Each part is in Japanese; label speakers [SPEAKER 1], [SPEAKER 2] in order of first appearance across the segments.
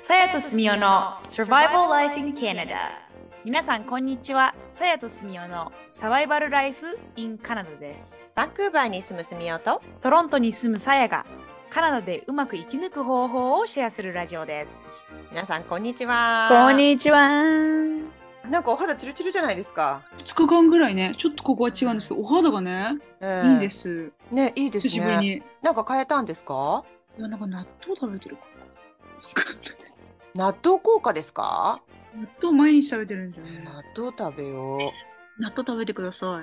[SPEAKER 1] さやとすみおの Survival Life in Canada 皆さんこんにちはさやとすみおのサバイバルライフ in カナダです
[SPEAKER 2] バンクーバーに住む住みおと
[SPEAKER 1] トロントに住むさやがカナダでうまく生き抜く方法をシェアするラジオです
[SPEAKER 2] 皆さんこんにちは
[SPEAKER 1] にちは
[SPEAKER 2] なんかお肌チルチルじゃないですか、
[SPEAKER 3] 2日間ぐらいねちょっとここは違うんですけどお肌がね、
[SPEAKER 2] うん
[SPEAKER 3] いいんです
[SPEAKER 2] ねいいです
[SPEAKER 3] 久
[SPEAKER 2] ね
[SPEAKER 3] しぶりにい
[SPEAKER 2] なんか変えたんですか
[SPEAKER 3] やなんか納豆食べてるから
[SPEAKER 2] 納豆効果ですか
[SPEAKER 3] 納豆毎日食べてるんじゃない
[SPEAKER 2] 納豆食べよ
[SPEAKER 3] 納豆食べてくださ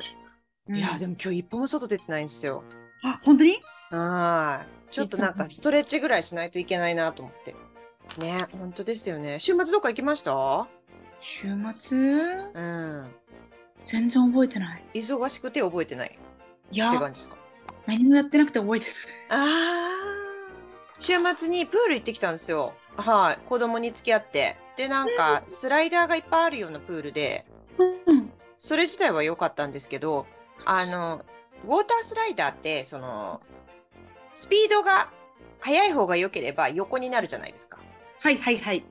[SPEAKER 3] い、
[SPEAKER 2] う、いや
[SPEAKER 3] で
[SPEAKER 2] で
[SPEAKER 3] も
[SPEAKER 2] も今日一歩も外出てないんですよ
[SPEAKER 3] あ本当に
[SPEAKER 2] はいちょっとなんかストレッチぐらいしないといけないなと思ってね本当ですよね週末どっか行きました
[SPEAKER 3] 週末
[SPEAKER 2] うん
[SPEAKER 3] 全然覚えてない
[SPEAKER 2] 忙しくて覚えてない
[SPEAKER 3] い
[SPEAKER 2] って
[SPEAKER 3] や
[SPEAKER 2] 感じですか
[SPEAKER 3] 何もやってなくて覚えてない
[SPEAKER 2] あー週末にプール行ってきたんですよはい子供に付き合ってでなんかスライダーがいっぱいあるようなプールで
[SPEAKER 3] うん
[SPEAKER 2] それ自体は良かったんですけどあのウォータースライダーってそのスピードが速い方が良ければ横になるじゃないですか
[SPEAKER 3] はいはいはい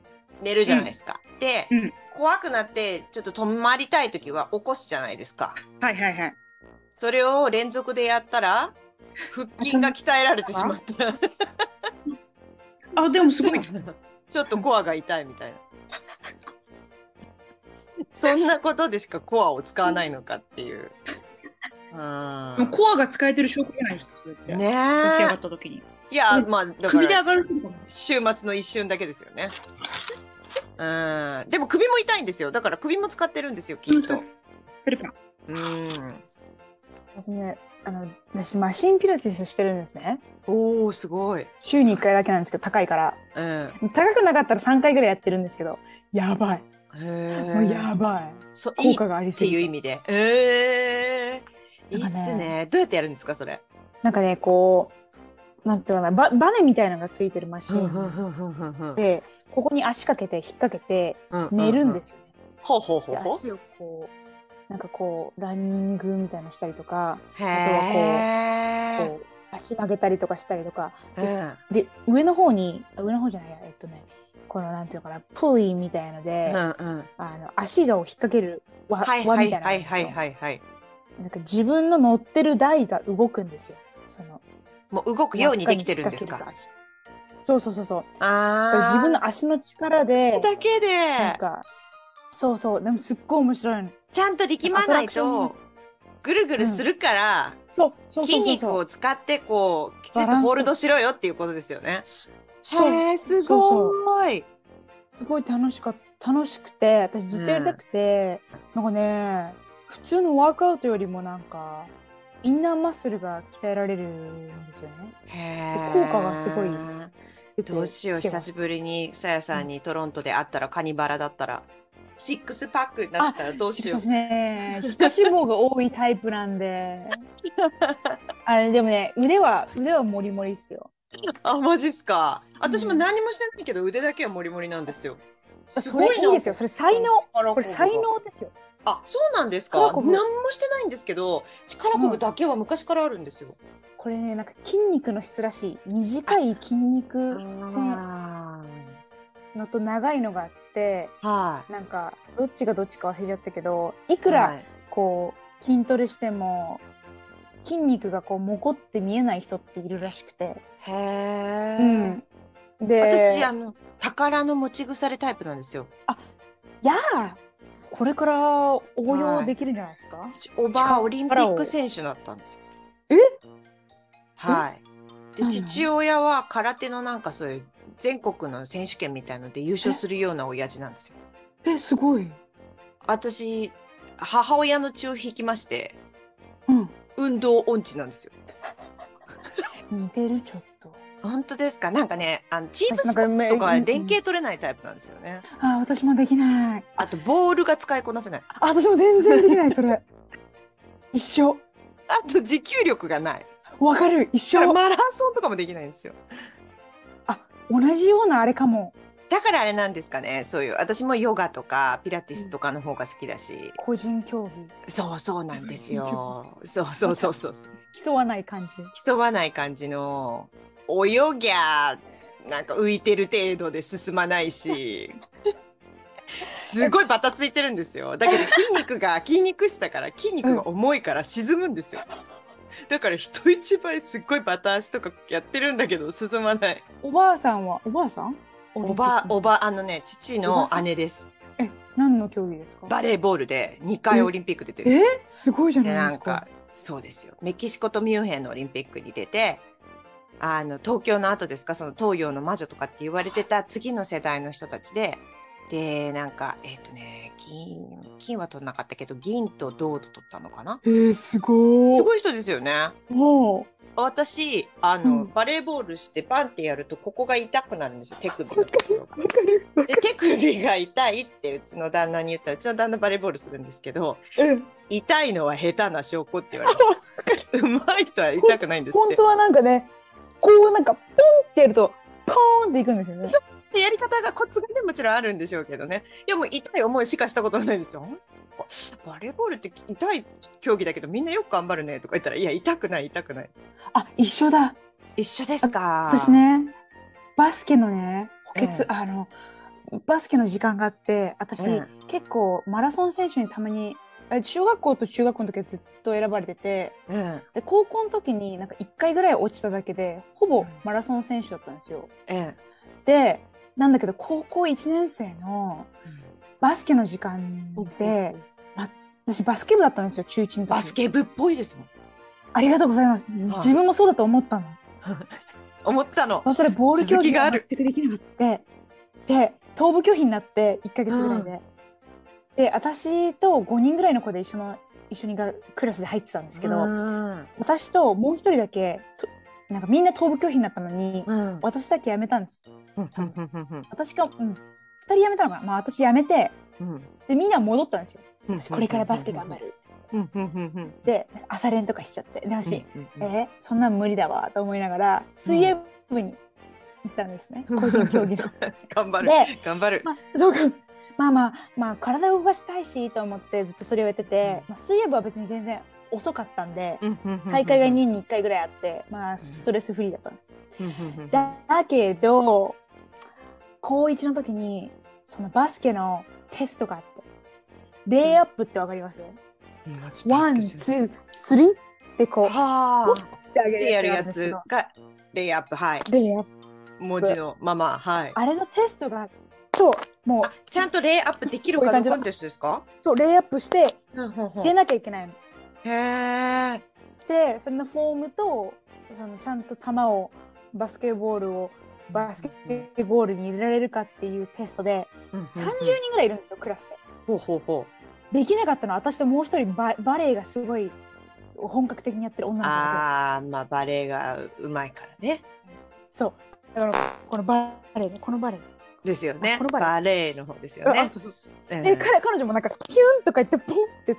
[SPEAKER 2] 寝るじゃないですか、で、
[SPEAKER 3] うん
[SPEAKER 2] 怖くなってちょっと止まりたい時は起こすじゃないですか
[SPEAKER 3] はいはいはい
[SPEAKER 2] それを連続でやったら腹筋が鍛えられてしまった
[SPEAKER 3] あでもすごい
[SPEAKER 2] ちょっとコアが痛いみたいな。 そんなことでしかコアを使わないのかっ ていう。う
[SPEAKER 3] でも
[SPEAKER 2] ん。
[SPEAKER 3] コアが使えてる証拠じゃないですかそれって、
[SPEAKER 2] ね
[SPEAKER 3] 起き上が
[SPEAKER 2] え
[SPEAKER 3] っ。た時に
[SPEAKER 2] いや、まあ、だか
[SPEAKER 3] 首で上
[SPEAKER 2] ら
[SPEAKER 3] がるとこも
[SPEAKER 2] 週末の一瞬だけですよね。うん。でも首も痛いんですよ。だから首も使ってるんですよ、きっと。
[SPEAKER 3] ヘルパー
[SPEAKER 2] うん。
[SPEAKER 4] 私ね、あの、私マシンピラティスしてるんですね。
[SPEAKER 2] おー、すごい。
[SPEAKER 4] 週に1回だけなんですけど、高いから。
[SPEAKER 2] うん。へ
[SPEAKER 4] 高くなかったら3回ぐらいやってるんですけど、やばい。もうや
[SPEAKER 2] え。
[SPEAKER 4] ばい。
[SPEAKER 2] そう、いい
[SPEAKER 4] 効果
[SPEAKER 2] っ
[SPEAKER 4] がありす
[SPEAKER 2] て
[SPEAKER 4] ぎ
[SPEAKER 2] いう
[SPEAKER 4] て
[SPEAKER 2] 意味で。ええ。いいっす
[SPEAKER 4] なんか
[SPEAKER 2] ね。どうやってやるんですか、それ。。
[SPEAKER 4] なんかね、こう、なんていうのかな、ババネみたいなのがついてるマシンで、ここに足かけて、引っ掛けて、寝るんですすよね。
[SPEAKER 2] ほうほうほう
[SPEAKER 4] で
[SPEAKER 2] ほう。
[SPEAKER 4] 足をこう、なんかこう、ランニングみたいなのしたりとか、
[SPEAKER 2] へえ。
[SPEAKER 4] こう、足曲げたりとかしたりとか、
[SPEAKER 2] うん
[SPEAKER 4] で、上の方に、あ上の方じゃないや、えっとね、このなんていうのかな、プリーみたいので、
[SPEAKER 2] うんうん。
[SPEAKER 4] あの足がを引っ掛ける輪,、
[SPEAKER 2] はい
[SPEAKER 4] 輪
[SPEAKER 2] は
[SPEAKER 4] み
[SPEAKER 2] い
[SPEAKER 4] たいなのが
[SPEAKER 2] は
[SPEAKER 4] ある
[SPEAKER 2] い
[SPEAKER 4] んです
[SPEAKER 2] は
[SPEAKER 4] よ
[SPEAKER 2] いはいはい。
[SPEAKER 4] なんか自分の乗ってる台が動くんですよ。その
[SPEAKER 2] もう動くようにできてるんです
[SPEAKER 4] 輪っ
[SPEAKER 2] か
[SPEAKER 4] に。引っ掛ける足そうそうそうそう。だから
[SPEAKER 2] ああ。
[SPEAKER 4] 自分の足の力で
[SPEAKER 2] だけ
[SPEAKER 4] なん
[SPEAKER 2] で
[SPEAKER 4] かそうそうでもすっごい面白いの。
[SPEAKER 2] ちゃんと力まない
[SPEAKER 4] アトラ
[SPEAKER 2] と
[SPEAKER 4] ク
[SPEAKER 2] ぐるぐるするから
[SPEAKER 4] そうそうそ
[SPEAKER 2] 筋
[SPEAKER 4] うそう
[SPEAKER 2] 肉
[SPEAKER 4] そ
[SPEAKER 2] を
[SPEAKER 4] う。
[SPEAKER 2] 使ってこうきちんとホールドしろよっていうことですよね。
[SPEAKER 4] そう
[SPEAKER 2] へえす
[SPEAKER 4] そう
[SPEAKER 2] ごい。
[SPEAKER 4] すごい楽しかった楽しくて私ずっとやりたくて、なんかね普通のワークアウトよりもなんかインナーマッスルが鍛えられるんですよね。
[SPEAKER 2] へえ。
[SPEAKER 4] 効果がすごい
[SPEAKER 2] どうしよう久しぶ
[SPEAKER 4] り。
[SPEAKER 2] りにさやさんにトロントで会ったらカニバラだったらシックスパックになってたらどうし
[SPEAKER 4] そう
[SPEAKER 2] よう
[SPEAKER 4] です。ね。皮下脂肪が多いタイプなんで。 あれでもね、腕は、腕はもりもりっすよ。
[SPEAKER 2] あ、マジっすか。私も
[SPEAKER 4] うん
[SPEAKER 2] 何もしてないけど、腕だけはモリモリなんですよ。す
[SPEAKER 4] そ
[SPEAKER 2] ご
[SPEAKER 4] れ
[SPEAKER 2] い
[SPEAKER 4] い
[SPEAKER 2] ない
[SPEAKER 4] ですよ。それ才能。
[SPEAKER 2] 力
[SPEAKER 4] これ才能ですよ。
[SPEAKER 2] あ、そうなんですか。
[SPEAKER 4] 力
[SPEAKER 2] 何
[SPEAKER 4] こ
[SPEAKER 2] も
[SPEAKER 4] ぶ
[SPEAKER 2] してないんですけど、力こぶだけは昔からあるんですよ。
[SPEAKER 4] これね、なんか筋肉の質らしい。短い筋肉線
[SPEAKER 2] は
[SPEAKER 4] のと長いのがあって、
[SPEAKER 2] い。はい
[SPEAKER 4] なんか、どっちがどっちか忘れちゃったけど、いくら、こう、筋トレしても、筋肉がこう、もこって見えない人っているらしくて。
[SPEAKER 2] へえ、
[SPEAKER 4] うん。で、
[SPEAKER 2] 私、あの、宝の持ち腐れタイプなんですよ。
[SPEAKER 4] いやあこれから応用できるんじゃないですか、
[SPEAKER 2] うちおばあオリンピック選手だったんですよ。
[SPEAKER 4] え
[SPEAKER 2] は
[SPEAKER 4] な
[SPEAKER 2] い。で
[SPEAKER 4] んなの
[SPEAKER 2] 父親は空手のなんかそういう全国の選手権みたいので優勝するような親父なんですよ。
[SPEAKER 3] えすごい
[SPEAKER 2] 私母親の血を引きまして
[SPEAKER 3] うん
[SPEAKER 2] 運動音痴なんですよ
[SPEAKER 4] 似てるちょっと
[SPEAKER 2] 本当ですかなんかねあのチームスポ
[SPEAKER 4] 私なんか
[SPEAKER 2] ーツとか
[SPEAKER 4] め
[SPEAKER 2] 連携取れないタイプなんですよね
[SPEAKER 4] あ私もできない
[SPEAKER 2] あとボールが使いこなせない
[SPEAKER 4] あ私も全然できないそれ一緒
[SPEAKER 2] あと持久力がない
[SPEAKER 4] わかる一
[SPEAKER 2] だから
[SPEAKER 4] 緒
[SPEAKER 2] マラソンとかもできないんですよ
[SPEAKER 4] 同じようなあれかも
[SPEAKER 2] だからあれなんですかねそういう私もヨガとかピラティスとかの方が好きだし、
[SPEAKER 4] 個人競技
[SPEAKER 2] そうそうなんですよそうそうそうそう
[SPEAKER 4] 競わない感じ
[SPEAKER 2] 競わない感じの泳ぎゃなんか浮いてる程度で進まないしすごいバタついてるんですよだけど筋肉 が筋肉質だから筋肉が重いから沈むんですよだから人一倍すっごいバタ足とかやってるんだけど進まない
[SPEAKER 4] おばあさんはおばあさん
[SPEAKER 2] おばおばあのね父の姉です
[SPEAKER 4] え何の競技ですか
[SPEAKER 2] バレーボールで2回オリンピック出てるんです
[SPEAKER 4] えすごいじゃな
[SPEAKER 2] で
[SPEAKER 4] い
[SPEAKER 2] な
[SPEAKER 4] です
[SPEAKER 2] ん
[SPEAKER 4] か
[SPEAKER 2] かそうですよメキシコとミュンヘンのオリンピックに出てあの東京の後ですかその東洋の魔女とかって言われてた次の世代の人たちででなんかえっ、とね金金は取んなかったけど銀と銅と取ったのかな
[SPEAKER 4] えー、すごい
[SPEAKER 2] すごい人ですよね
[SPEAKER 4] も
[SPEAKER 2] 私あの、
[SPEAKER 4] うん
[SPEAKER 2] バレーボールしてバンってやるとここが痛くなるんですよ手首
[SPEAKER 4] う
[SPEAKER 2] の
[SPEAKER 4] わ
[SPEAKER 2] と
[SPEAKER 4] か
[SPEAKER 2] こ
[SPEAKER 4] る
[SPEAKER 2] ろ
[SPEAKER 4] わ
[SPEAKER 2] が
[SPEAKER 4] か。る
[SPEAKER 2] で手首が痛いってうちの旦那に言ったらうちの旦那バレーボールするんですけど、
[SPEAKER 4] うん
[SPEAKER 2] 痛いのは下手な証拠って言われ てうまい人は痛くないんですっ
[SPEAKER 4] 本
[SPEAKER 2] て
[SPEAKER 4] 当はなんかねこうなんかポンってやるとポーンっていくんですよね
[SPEAKER 2] でやり方がコツがねもちろんあるんでしょうけどねいやもう痛い思いしかしたことないんですよバレーボールって痛い競技だけどみんなよく頑張るねとか言ったらいや痛くない痛くない
[SPEAKER 4] あ一緒だ
[SPEAKER 2] 一緒ですか
[SPEAKER 4] 私ねバスケのね補欠、
[SPEAKER 2] うん
[SPEAKER 4] あのバスケの時間があって私、
[SPEAKER 2] うん
[SPEAKER 4] 結構マラソン選手にたまにえ小学校と中学校の時はずっと選ばれてて
[SPEAKER 2] うん
[SPEAKER 4] で高校の時になんか1回ぐらい落ちただけでほぼマラソン選手だったんですよ。
[SPEAKER 2] うん
[SPEAKER 4] でなんだけど高校1年生のバスケの時間で、私バスケ部だったんですよ中1の時
[SPEAKER 2] バスケ部っぽいですもん
[SPEAKER 4] ありがとうございます、自分もそうだと思ったの
[SPEAKER 2] 思ったの
[SPEAKER 4] そしたらボール競
[SPEAKER 2] 続
[SPEAKER 4] 技
[SPEAKER 2] きがあ
[SPEAKER 4] が
[SPEAKER 2] る
[SPEAKER 4] 全くできなくてで頭部拒否になって1か月ぐらいで、で私と5人ぐらいの子で一緒の一緒にがクラスで入ってたんですけど、
[SPEAKER 2] うん
[SPEAKER 4] 私ともう一人だけとなんかみんな頭部拒否になったのに、
[SPEAKER 2] うん
[SPEAKER 4] 私だけ辞めたんです
[SPEAKER 2] うんうんうん
[SPEAKER 4] 私が、うん、2人辞めたのかなまあ私辞めて
[SPEAKER 2] うん
[SPEAKER 4] でみんな戻ったんですよ
[SPEAKER 2] うん
[SPEAKER 4] 私これからバスケ頑張る
[SPEAKER 2] うんうんうんうん
[SPEAKER 4] で朝練とかしちゃってで私、
[SPEAKER 2] うんうんうん
[SPEAKER 4] えーそんなん無理だわと思いながら水泳部に行ったんですね、個人競技の。
[SPEAKER 2] 頑張
[SPEAKER 4] で
[SPEAKER 2] る頑張る
[SPEAKER 4] まあ、そうか。まあまあ、まあ、体を動かしたいしと思ってずっとそれをやってて、まあ、水泳部は別に全然遅かったんで、大会が2年に1回ぐらいあって、まあ、ストレスフリーだったんですよ。だだけど、高1の時に、そのバスケのテストがあって、レイアップってわかりますワン、ツー、スリーってこう、っ
[SPEAKER 2] はあ。
[SPEAKER 4] てあげ
[SPEAKER 2] でやる
[SPEAKER 4] るや
[SPEAKER 2] や
[SPEAKER 4] つ
[SPEAKER 2] つがレイアップはい
[SPEAKER 4] レイアップ。
[SPEAKER 2] 文字のままはい。
[SPEAKER 4] あれのテストが、そう、も
[SPEAKER 2] あちゃんとレイアップできる
[SPEAKER 4] こういう
[SPEAKER 2] か
[SPEAKER 4] 感
[SPEAKER 2] ど
[SPEAKER 4] じ
[SPEAKER 2] う
[SPEAKER 4] の
[SPEAKER 2] かですですか？
[SPEAKER 4] う、そうレイアップして、
[SPEAKER 2] うんほんほん
[SPEAKER 4] 出なきゃいけないの。
[SPEAKER 2] へえ。
[SPEAKER 4] でそれのフォームとそのちゃんと球をバスケボールをバスケボールに入れられるかっていうテストで30人ぐらいいるんですよクラスで。
[SPEAKER 2] ほうほうほ
[SPEAKER 4] できなかったのは私ともう一人ババレエがすごい本格的にやってる
[SPEAKER 2] う。
[SPEAKER 4] 女の子が
[SPEAKER 2] ああまあバレエがうまいからね。
[SPEAKER 4] そうだからこのバレエねこのバレエね、
[SPEAKER 2] ですよ
[SPEAKER 4] あ
[SPEAKER 2] ね
[SPEAKER 4] この。バレエ
[SPEAKER 2] バレエの方ですよね
[SPEAKER 4] あそうそう。
[SPEAKER 2] うん
[SPEAKER 4] で彼彼女もなんかキュンとか言ってポンって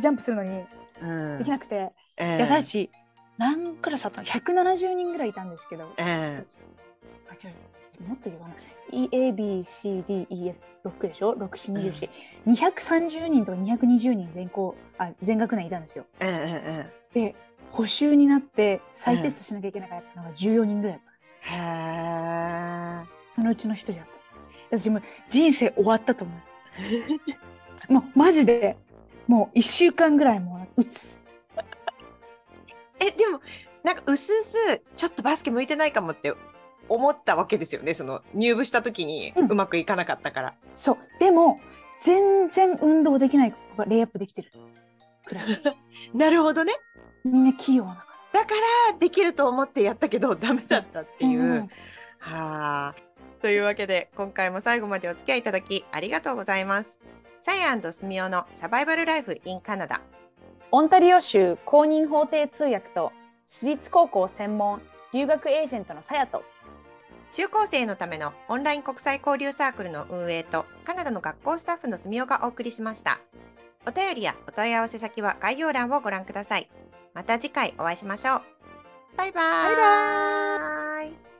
[SPEAKER 4] ジャンプするのに
[SPEAKER 2] うん
[SPEAKER 4] できなくて、
[SPEAKER 2] うん
[SPEAKER 4] 優しい何クラスあったの170人ぐらいいたんですけど。
[SPEAKER 2] うん
[SPEAKER 4] あ、違う。もっと言わない。E. A. B. C. D. E. F. 六でしょ。六四二十四。二百三十人と二百二十人全校あ全学内いたんですよ。
[SPEAKER 2] うんうんうん。
[SPEAKER 4] で補修になって再テストしなきゃいけなかったのが十四人ぐらいだったんですよ。
[SPEAKER 2] へえ。
[SPEAKER 4] そのうちの一人だった。私もう人生終わったと思いま した。もうマジでもう一週間ぐらいもう打つ。
[SPEAKER 2] えでもなんかうすうすちょっとバスケ向いてないかもって思ったわけですよねその入部した時に
[SPEAKER 4] うん
[SPEAKER 2] うまくいかなかったから、
[SPEAKER 4] そう。でも全然運動できない子がレイアップできてる。クラス。
[SPEAKER 2] なるほどね
[SPEAKER 4] みんな器用なから。
[SPEAKER 2] だからできると思ってやったけどダメだったっていう、
[SPEAKER 4] 全然
[SPEAKER 2] はあ。というわけで今回も最後までお付き合いいただきありがとうございますサイアンドスミオのサバイバルライフインカナダ
[SPEAKER 4] オンタリオ州公認法廷通訳と私立高校専門留学エージェントのさやと
[SPEAKER 2] 中高生のためのオンライン国際交流サークルの運営とカナダの学校スタッフの住みおがお送りしました。お便りやお問い合わせ先は概要欄をご覧ください。また次回お会いしましょう。バイバーイ。バイバーイ